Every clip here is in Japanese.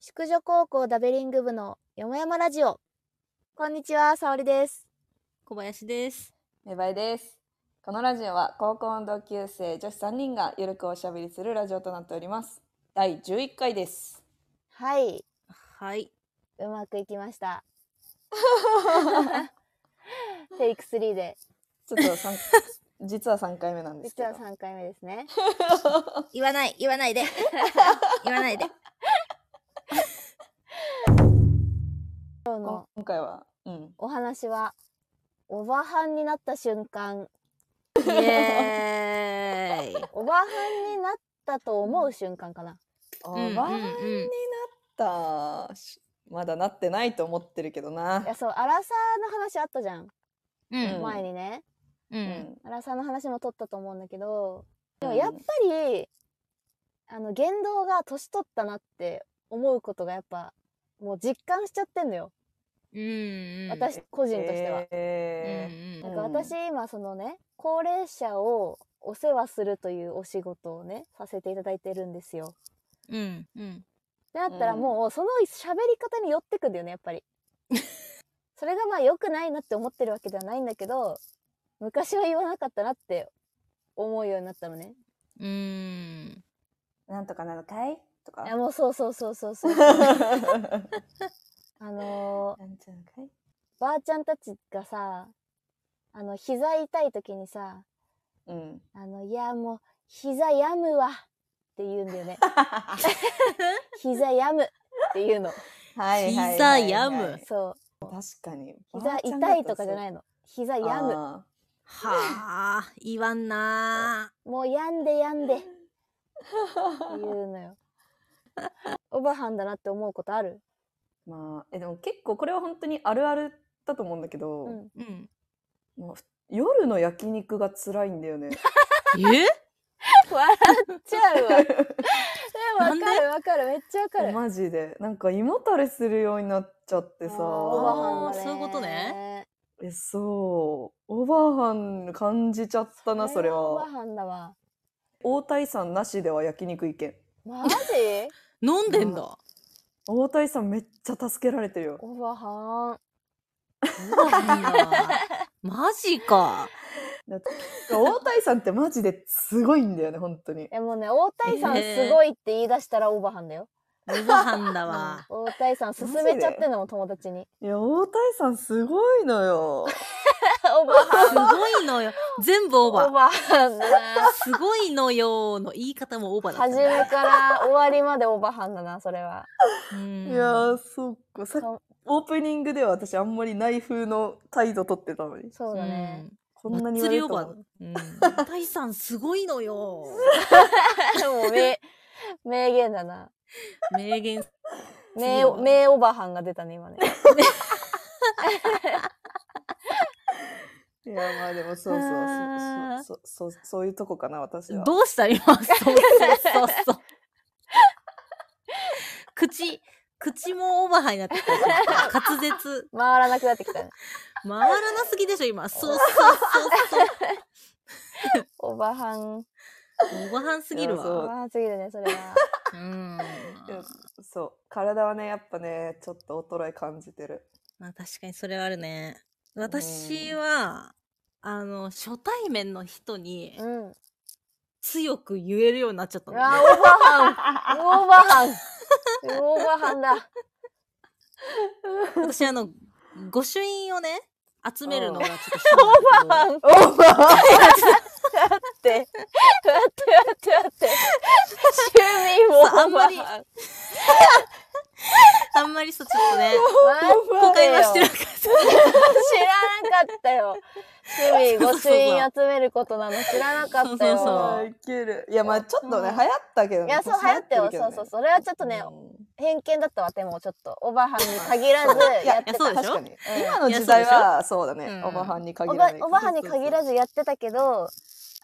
宿女高校ダベリング部のよもやまラジオ。こんにちは、沙織です。小林です。芽生えです。このラジオは高校の同級生女子3人がゆるくおしゃべりするラジオとなっております。第11回です。はい、はい。うまくいきま した。テイク3で、ちょっ とさん実は3回目なんですけ実ど。は3回目ですね。言わない、言わないで。言わないで。今日の今回は、うん。お話は、おばはんになった瞬間、イエーイ。おばはんになったと思う瞬間かな。。おうんばうあんうんた、しまだなってないと思ってるけどないや、そう、アラサーの話あったじゃん。うんん前にね。ううんん。アラサーの話も取ったと思うんだけど、でもうんやっぱり、あの、言動が年取ったなって思うことがやっぱ、もう実感しちゃってんのよ。うんうん。私個人としては。うんえうんなんか私今そのね、高齢者をお世話するというお仕事をね、させていただいてるんですよ。うんうん。ってなったらうんもうその喋り方に寄ってくんだよね、やっぱり。 それがまあ良くないなって思ってるわけではないんだけど、昔は言わなかったなって思うようになったのね。うん。ーなんとかなのかいとか。い やもうそうそうそうそうそう。なあのんちゃのかいー、ばあちゃんたちがさ、あの、膝痛い時にさ、 うん。あの、いや、もう、膝やむわって言うんだよね。膝やむって言うの。はいはいはいはい膝病むそ確かに。う。膝痛いとかじゃい。ないの。膝やむ。あはあ、言わんなもう、やんでやんでって言うのよ。おばはんだなって思うことあるー。まあ、え、でも結構これは本当にあるあるだと思うんだけど、うん。ー。うん。もうふ夜の焼肉が辛いんだよね。え笑っちゃうわ。でもわなんでかるわかる。めっちゃわかる。マジで。なんか胃もたれするようになっちゃってさ。おばはんはね。そういうことね。え、そう。おばあは感じちゃったな、それおばは。はんだわ。大体さんなしでは焼肉いけん。マジ飲んでんだ。大体さんめっちゃ助けられてるよ。おばはん。そうなんだマジか。だって大体さんってマジですごいんだよね、本当に。 え、もうね、大体さんえーすごいって言い出したらオーバーハンだよ。無はんだわ。大体さん勧めちゃってんのもん友達に。 いや、大体さんすごいのよ。オーバーハすごいのよ。全部オオーーバー。バーハンだな。すごいのよの言い方もオーバーだった初ね。めから終わりまでオーバーハンだな、それは。うんいやー、そっか。さそうオープニングでは私あんまり内風の態度取ってたのに。そうだね。。こんまなっにつ言われりるオとーバ思うー。うん。 大さんすごいのよ。もう名、名言だな。名言。名、そう名オーバーハンが出たね、今ね。いやまあでもそうあーそうそうそうそうそういうとこかな私は。どうした今。そうそうそうそう。口、口もオーバーハイになってきたし。滑舌。回らなくなってきたね。回らなすぎでしょ、今。そうそうそうオーバーハン。そう。オーバーハンすぎるいやオそーわ。うバーハンすぎるね、それは。うん。いやそう体はねやっぱねちょっと衰え感じてる。まあ確かにそれはあるね。私は、あの、初対面の人に うん。う強く言えるようになっちゃったのねわ、オーバーハン。オーバー ハン。オーバーハンだ。 私あの、御朱印をね、集めるのがちょっと オーバーハン。おば待って、待って、待って、待って。 趣味もそうあんまりまああんまりそう、ちょっとね、待公って開よはしてなかっ知らなかったよ。趣味、御朱印集めることなの知らなかったよ。そうそうそういける。いやまあちょっとねうん流行ったけどね。いや、そう、流行ってよ。そうそう。それはちょっとうね、ん偏見だったわ、でも、ちょっと。オバハンに限らずいややっいてた。やそうでしょ確確かかに。今のいや時代はそうだね。うんおばはんにオ限らバない。オバハンに限らずやってたけど、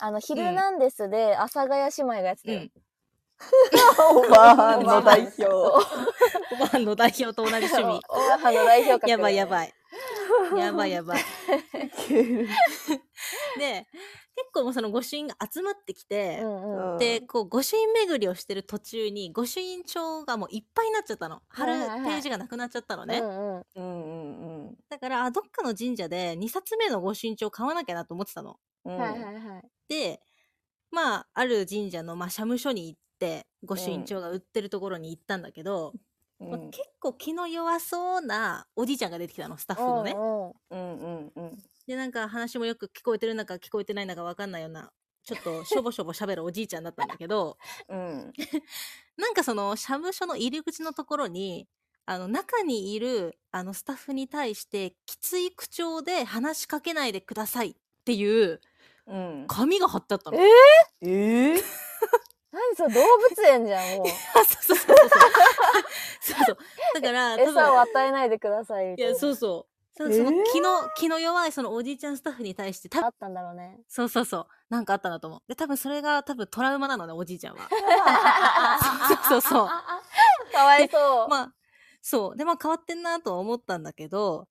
あの、ヒルナンデスで、阿佐ヶ谷姉妹がやってたた。うよ。ん。おばはんの代 表。おばあの代表と同じ趣 味。オバハンの代表格だやよね。 ばいやばい。やばいやばい。いけるで、結構もうその御朱印が集まってきて、うんうん。で、こう、御朱印巡りをしてる途中に、御朱印帳がもういっぱいになっちゃったの。貼るはペいはいはいージがなくなっちゃったのね。うんうん。うんうんうんだから、あどっかの神社で2冊目の御朱印帳買わなきゃなと思ってたの。うんはいはいはい。で、まあ、ある神社の、まあ、社務所に行って、御朱印帳が売ってるところに行ったんだけど、うんまあ結構気の弱そうなおじいちゃんが出てきたの、スタッフのね。うんうんうんうんうんで、なんか話もよく聞こえてるのか聞こえてないのかわかんないような、ちょっとしょぼしょぼ喋るおじいちゃんだったんだけど、うんなんかその、社務所の入り口のところに、あの、中にいる、あの、スタッフに対して、きつい口調で話しかけないでくださいっていう、うん紙が貼ってあったの。えええ何それ動物園じ ゃん、もう。あそうそうそうそう。そうそう。だから、多 餌を分、与えないでくださいみいたいな。や、そうそう。ただえーその気の、気の弱いそのおじいちゃんスタッフに対して、多あ分ったんだろう ね。そうそうそう。なんかあったなと思う。で、多分それが多分トラウマなのね、おじいちゃんは。 そうそうそう。かわいそう。まあ、そう。で、まあ変わってんなとは思ったんだけど、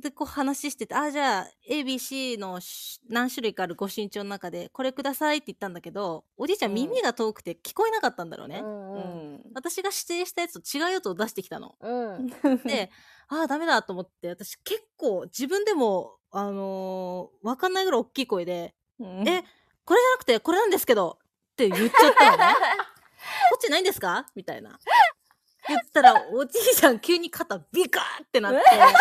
で、こう話してて、あ、じゃあ、ABC のし何種類かあるご身長の中で、これくださいって言ったんだけど、おじいちゃうんん耳が遠くて聞こえなかったんだろうね。うんううん。ん私が指定したやつと違うやつを出してきたの。うん。で、ああ、ダメだと思って、私結構自分でも、あのーわかんないぐらい大きい声で、うんえこれじゃなくて、これなんですけどって言っちゃったの ね。こっちないんですかみたいな。言ったら、おじいちゃん急に肩ビカーって なって、なんか、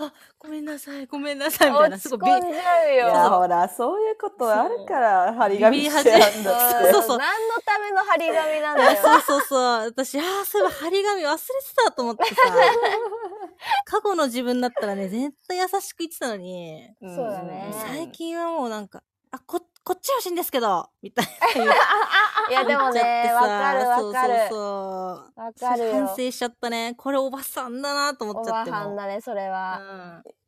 あ、ごめんなさい、ごめんなさい、みたいな、落すちごい込んび、じゃういやよ。ほらそういうことあるから張り紙してるんだっビビり始めてそうそう何のための張り紙なんだよ。 そうそうそう、私、ああ、そういえば張り紙忘れてたと思ってさ、過去の自分だったらね、絶対優しく言ってたのに、んそうだね最近はもうなんか、あ、こ、こっち欲しいんですけど、み たいな言っいや、でもちゃってね、さわかるわかる。そうそうそう。わかる反よ。省しちゃったね。これおばさんだなと思おっちゃばってはんも。だね、それは。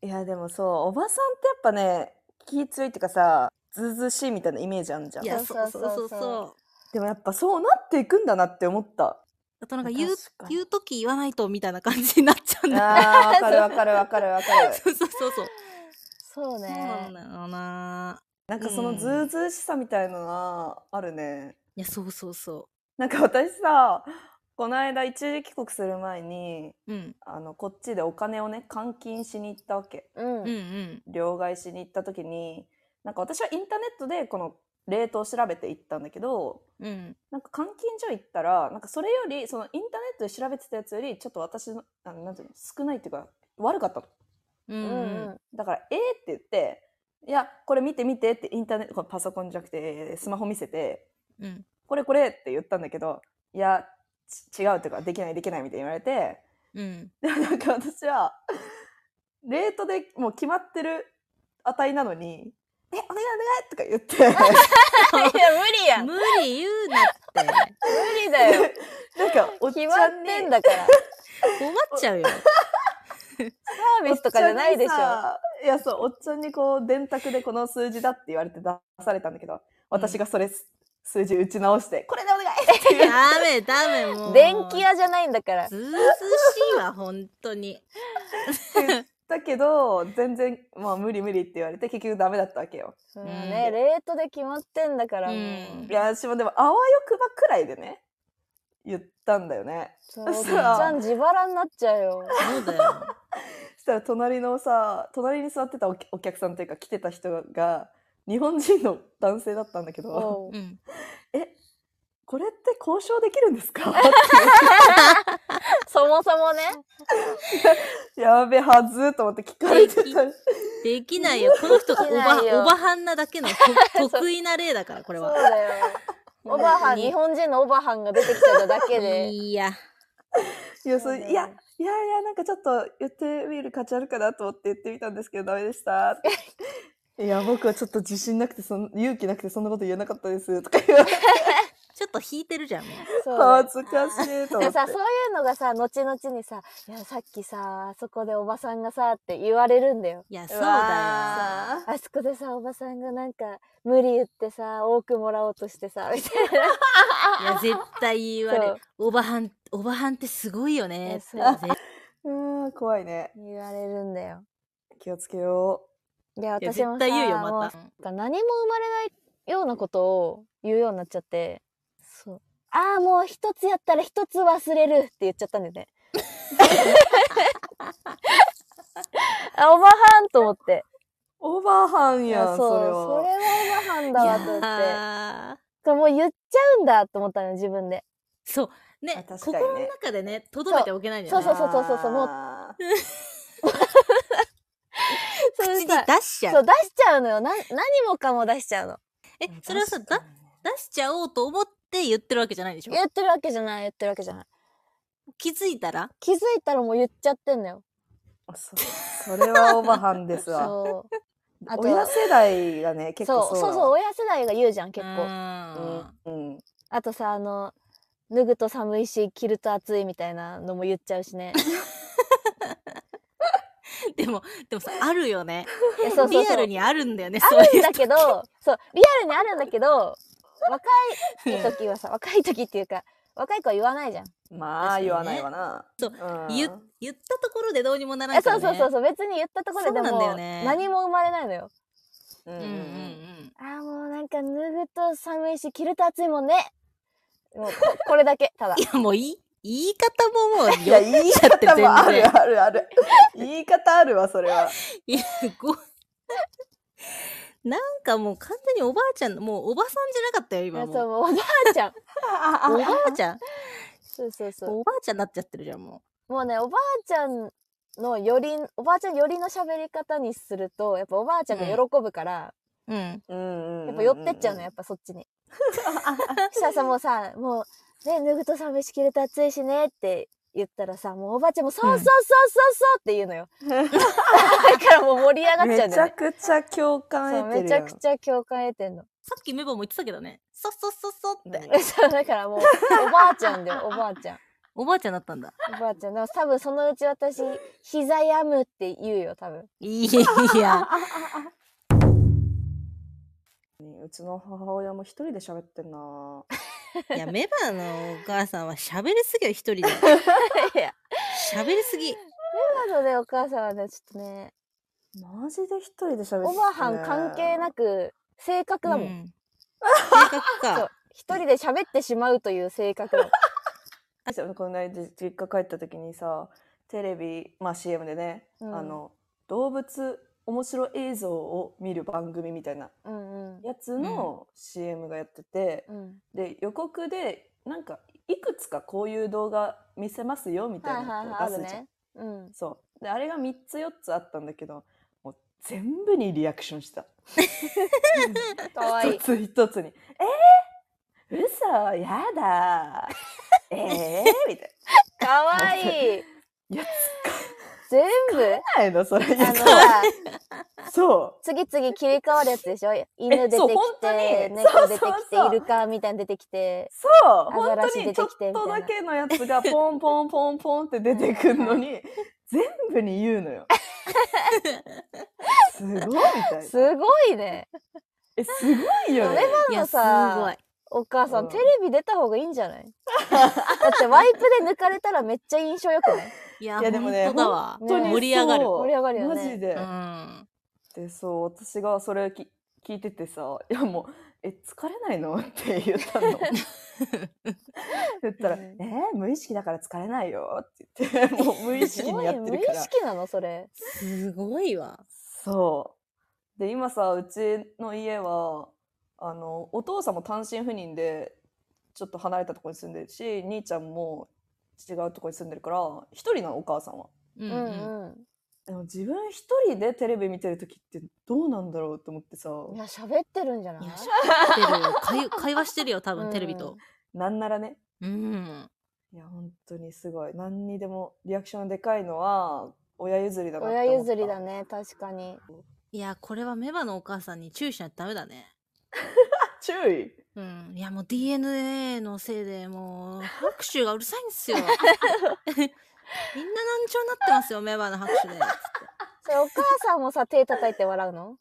いやでもそうおばさんってやっぱね気強いっていうかさずうずうしいみたいなイメージあるじゃうんん。いや、そそうそうそううそうそうそうそう。でもやっぱそうなっていくんだなって思ったあとなんか言う確か、に言うとき言わないとみたいな感じになっちゃうんだ。あーわかるわかるわかるわか るそうそうそうそう。そうそうなねん。だよな。なんかそのずうずうしさみたいのがあるねいや、そうそうそなんか私さこの間一時帰国する前にう。うん。あのこっちでお金をね換金しに行ったわけうん。うんうん両替しに行った時になんか私はインターネットでこのレートを調べて行ったんだけどうん。うん。なんか監禁所行ったらなんかそれよりそのインターネットで調べてたやつよりちょっと私のあのなんていうの少ないっていうか悪かったのううんうん ん。だから「えー」って言って「いやこれ見て見て」ってインターネットこれパソコンじゃなくてスマホ見せてうん。 「これこれ」って言ったんだけど「いやち違う」っていうか「できないできない」みたいに言われてうん。でもなんか私はレートでもう決まってる値なのに「えお願いお願い」とか言って。いや、無理やん。無無理言うなって。理だよ。 なんかおっち 決まゃっんにてんだから。サ困っちゃうよ。ービスとかじゃないでしおっちゃんにょ。さいやそうおっちゃんにこう電卓でこの数字だって言われて出されたんだけど私がそれ、数字打ち直してこ れでお願いっていうダメダメもう。電気屋じゃないんだから。ずうずうしいわ、本当に。だけど全然まあ無理無理って言われて結局ダメだったわけよそううんね、レートで決まってんだからもう。うんいや私もでもあわよくばくらいでね言ったんだよねそう、おっちさあゃん自腹になっちゃうよ。そうだよ。そしたら隣のさ隣に座ってたおお客さんというか来てた人が日本人の男性だったんだけどおううん。えこれって交渉できるんですかそもそもね。やべはずと思って聞か れてたできないよ。この人がおできないよば、おばはんなだけの と得意な例だから、これそうは。だよ。オバハン、日本人のオバハンが出てきちゃっただけで。いや、いや、そそういうだや、よいやいや、なんかちょっと言ってみる価値あるかなと思って言ってみたんですけど、ダメで したって。いや、僕はちょっと自信なくて、そん勇気なくて、そんなこと言えなかったですとか言われて、ちょっと引いてるじゃん。もうそうだよ恥ずかしいでと思もってさ、。 そういうのがさ、後々にさ、いや、さっきさ、あそこでおばさんがさ、って言われるんだよ。いや、そううだわーあそこでさ、おばさんがなんか、無理言ってさ、多くもらおうとしてさ、みたいよ。いや、絶対言われる。おばはん、おばはんってすごいよね。っていや絶うーん、怖いね。な。言われるんだよ。気をつけよう。いやいや私も絶対言うよもまうたなんか何も生まれないようなことを言うようになっちゃってそうああもう一つやったら一つ忘れるって言っちゃったんだよねあおばはんと思ってオーバーハンいやそん、うそそれれは。はおばはんだわと思っていやーこれもう言っちゃうんだと思ったのよ自分でそうあね確かにね心の中でねとどめておけないんだよねそうそうそうそうそうもうあそれ口でにさ出しちゃそうう出しちゃうのよな何もかも出しちゃうのえーそれはさ確だかにね出しちゃおうと思って言ってるわけじゃないでしょ言ってるわけじゃない言ってるわけじゃない気づいたら気づいたらもう言っちゃってんのよあそうそれはオーバーハンですわ。 そうあとは親世代がね、結構そうそうだそうわそう親世代が言うじゃん結構構うん。あとさあの脱ぐと寒いし着ると暑いみたいなのも言っちゃうし ねでもでもさあるよねいやそうそうそうリアルにあるんだよねあるんだそういけうどそうリアルにあるんだけど時若い時はさ若い時っていうか若い子は言わないじゃん、ま確かあ、にね言わないわな。そううん言言ったところでどうにもならえんかそら、うね、そうそうそう別に言ったところでそうなもんだよね何も生まれないのようんううんんううんんうんあーもうなんか脱ぐと寒いし着ると暑いもんねもうここれだけただいやもうい言い方ももういや、よ言いちゃって方もあ全然るあるある。 言い方あるわ、そ れは。いやごなんかもう完全におばあちゃんのもうおばさんじゃなかったよいや 今そうもうもうおばあちゃんおばあちゃんそうそうそうおばあちゃんになっちゃってるじゃんももうねおばあちゃんのよりおばあちゃんよりの喋り方にするとやっぱおばあちゃんが喜ぶから、ううんうんうんうんうんやっぱ寄ってっちゃうのやっぱそっちに。そしたらさもうさもうね脱ぐと寒いし着ると暑いしねって言ったらさもうおばあちゃんもそうそうそうそうそうって言うのよ。だからもう盛り上がっちゃうめんちだよゃね。くちゃ共そう感得てめるちやゃんくちゃ共感得てんの。 さっきメバも言ってたけどねそそそそって、うんそうだからもうおばあちゃんだよおばあちゃん。おばあちゃんだったんだおばあちゃん。でも多分そのうち私膝やむって言うよ多 分。いやうちの母親も一人で喋ってんないやメバのお母さんは喋りすぎよ一人でいや喋りすぎ今のねお母さんはねちょっとねマジで一人で喋ってる、ね、オバハン関係なく性格だもん、うん性 格そうか一人で喋ってしまうという性格だもんくこの間実家帰った時にさテレビまあ CM でね、うんあの動物面白映像を見る番組みたいなうんうんやつの CM がやってて、うんで予告でなんかいくつかこういう動画見せますよみたはいはいいなはいのあ出るすじゃん、ねうんそうであれが3つ4つあったんだけどもう全部にリアクションしたかわいい一つ一つに「えー、嘘や だーえー?」みたいかわいいいや全部なないのそれあの言うさそう次々切り替わるやつでしょ犬出てそうき本当てに猫出てそうそうきそうてイルカみたいに出てきてそうアザ本ラ当シに出ちょてっきてみたいなとだけのやつがポンポンポンポンって出てくん のに全部に言うのよすごいみたいなすごいねえすごいよねいいややすすごごいいお母さうんんテレビ出た方がいいんじゃないだってワイプで抜かれたらめっちゃ印象良くないいやいやでもね本当だわほん本当にそう盛り上がる盛り上がるよねマジで、うんでそう私がそれき聞いててさ「いやもうえ疲れないの?」って 言ったの言ったら「うんえー無意識だから疲れないよ」って言ってもう無意す識ごにいやって無る意から識なのそれすごいわそうで今さうちの家はあのお父さんも単身赴任でちょっと離れたところに住んでるし兄ちゃんも違うところに住んでるから一人なのお母さんは。ううんんうんうんでも自分一人でテレビ見てる時ってどうなんだろうと思ってさいや喋ってるんじゃないいやい喋ってるよ会会話してるよ多う分んテレビとなんならねうんいや本当にすごい何にでもリアクションでかいのは親譲りだなって親思った譲りだね確かにいやこれはメバのお母さんに注意しないとダメだね注意うんいやもう DNA のせいでもう拍手がうるさいんですよみんな難聴になってますよメバの拍手でそれお母さんもさ手叩いて笑うのお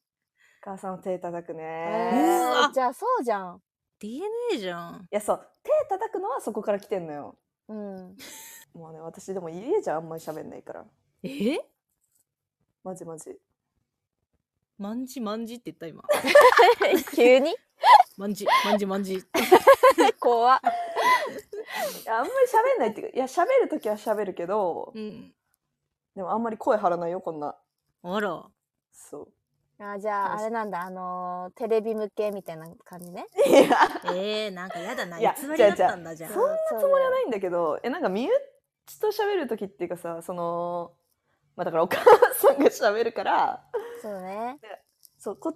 母さんは手叩くね、えうわーじゃあそうじゃん DNA じゃんいやそう手叩くのはそこから来てんのようんもうね私でも家じゃあんまり喋んないからえマジマジまんじまんじって言った 今。急にまんじ、まんじまんじ。 怖っいやあんまり喋んないっていうか、いや、喋るときは喋るけど、うん。でもあんまり声張らないよ、こんな。あら。そあじゃあ確かあれなんだあのーテレビ向け みたいな感じねう。いや、 えー、なんかやだな。いや偽りだったんだじゃあ。そんなつそれはないんだけど、え、なんか身内と喋るときっていうかさ、その、まあだからお母さんが喋るから、そうねそう、こ、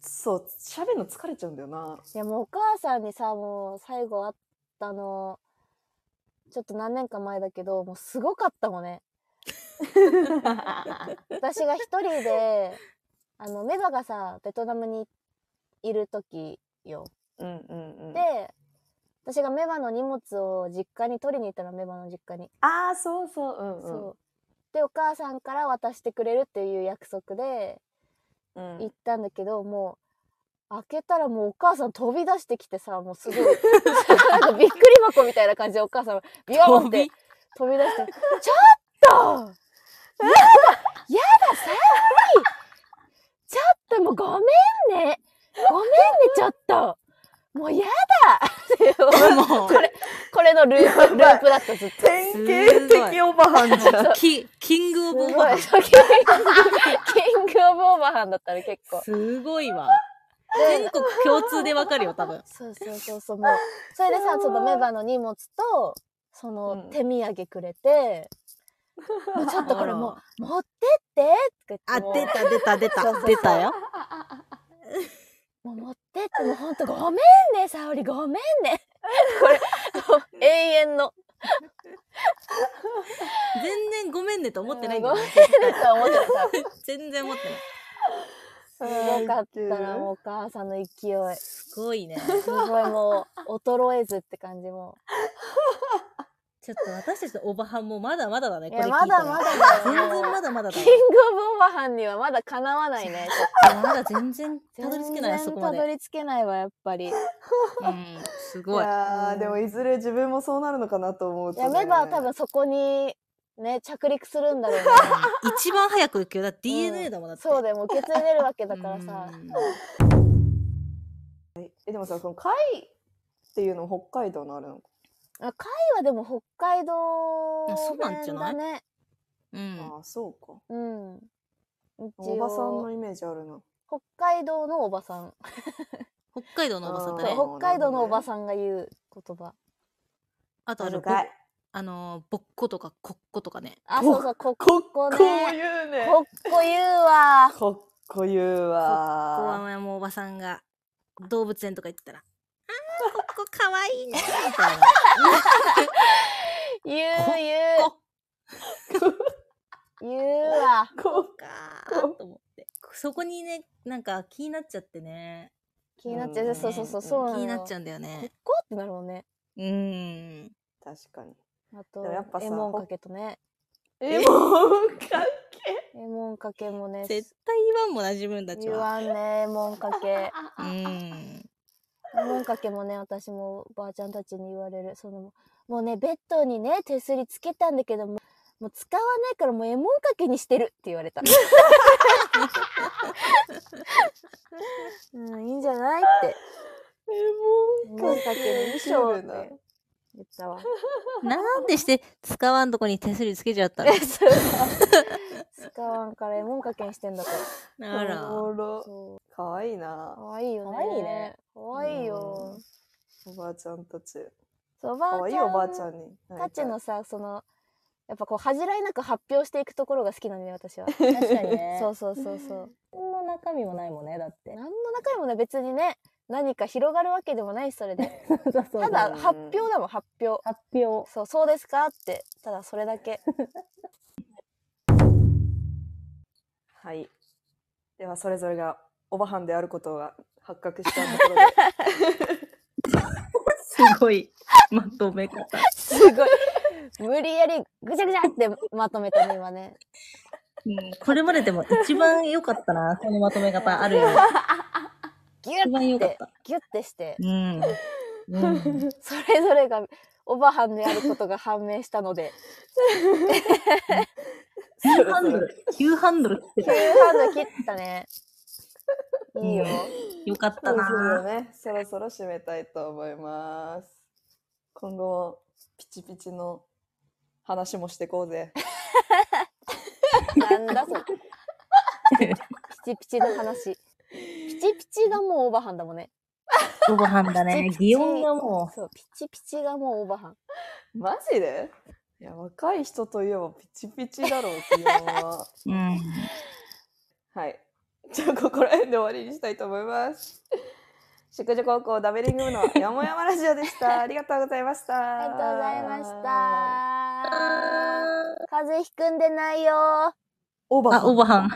そう、喋るの疲れちゃうんだ よな。いやもうお母さんにさもう最後会ったのちょっと何年か前だけどもうすごかったもんね私が一人であのメバがさベトナムにいる時ようんうんうん。で、私がメバの荷物を実家に取りに行ったのメバの実家に、ああ、そうそう、うんうん。そうでお母さんから渡してくれるっていう約束でうん行ったんだけど、もう開けたらもうお母さん飛び出してきてさもうすごい なんかびっくり箱みたいな感じでお母さんビヨーンっ飛てび。飛び出して「ちょっとやだやだ寒いちょっともうごめんねごめんねちょっともうやだ!」 ってもうこれこれのループループだったずっと。典型的おばはん じゃん。キキングオすブごいオブハンそうキングキングオブオーバーハンだったね結構。すごいわ。全国共通でわかるよ、多分。そうそうそうそう、もう。それでさ、そのメバの荷物と、そのうん手土産くれて、もうちょっとこれも う、持ってってとかあ、言って出た、出た、出そうそうそた、う出たよ。もうもう持ってって、もうほんとごめんね、沙織ごめんね。これ、もう永遠の、全然ごめんねと思ってないんだよね。 とは思ってた。全然思ってない。 すごかったな、もうお母さんの勢い。すごいね。すごいもう、衰えずって感じもちょっと私たちのおばはんもまだまだだう。ね、いこれや、聞まいただらまだだ全よ。然まだまだだキンわグオブオーバーハンにはまだかなわないね。まだ全然たどり着けない、あそこま全然たどで。り着けないわ、やっぱり。うん、すいごい。やーでもいずれ自分もそうなるのかなと思うと、ね。やめば多分そこにね着陸するんだ ろうね一番早く行くよ。だって DNA だもん、だって。そうだよもう受け継いでるわけだからさうん。えでもさその貝っていうの北海道のあるのか、あ貝はでも北海道あそうなんじゃ弁なだいねうん。ああそうかうん一応おばさんのイメージあるな北海道のおばさん、北海道のおばさんだあーね。そう北海道のおばさんが言う言葉あとあの、ぼ貝あのー、ぼっことかこっことかね。あこそうそうこっこっここねういうねこっこ言うわこっこ言うここわはもうおばさんが動物園とか行ったら、あー、 ここかわいいね、みたいな。言うこっ言うこ言うわこかーと思 って。そこにね、なんか気になっちゃってね。気になっちゃう、うんそうそうそうそう気なのになっちゃゃうんだよこっね。こってなるもんねうん。確かにあでともやっぱさえもんかけとねえもうかえもんかけもね絶対言わんもんな、自分たち言は。わんねもんかけ うん。もんかけもね私もばあちゃんたちに言われるそのもうねベッドにね手すりつけたんだけどももう使わないからもうえもんかけにしてるって言われたうんいいんじゃないってえもうもんかけにしようって面白いな言った わなんでして使わんとこに手すりつけちゃ ったのえそう 使わんからえもんかけにしてんだからあら。おもろそかわいいうかなわいいよねかわいいねかわいいようんおばあちゃんたちそうおかばわあいちいゃんおばあちゃんになりたたいちのさそのやっぱこう恥じらいなく発表していくところが好きなんだよ私は 確かに ね そうそうそうそう何の中身もないもんね、だって何。 の中にもね別にね何か広がるわけでもないしそれ でたただだ発表だもん発表発表。そうそうですかってただそれだ けはい。では、それぞれがおばはんであることが発覚したところで。すごい。まとめ方。すごい無理やりぐちゃぐちゃってまとめたね今ねうんこれまででも一番良かったな、このまとめ方あるよ。ギ一ュ番良ッかてった。ギュッてしてうん。 うん、それぞれがおばはんであることが判明したので急ハンドル、急ハンドル切急ってた。ハンドル切ったねいいよ。よかっそ たうですよな。ね。そろそろ締めたいと思います。今後もピチピチの話もしてこ うぜ。なんだそれ。ピチピチの話。ピチピチがもうオーバーハンだもんね。ご飯だね。擬音がもそう、ピチピチがもうオーバーハン。マジでいや、若い人といえばピチピチだろう、基 本は。う、うん。はい。じゃあ、ここら辺で終わりにしたいと思います。宿女高校ダベリング部のやもやまラジオでした。ありがとうございました。ありがとうございまし。た。あ風邪ひくんでないよオーバ Ah, ーー、オーバーハン。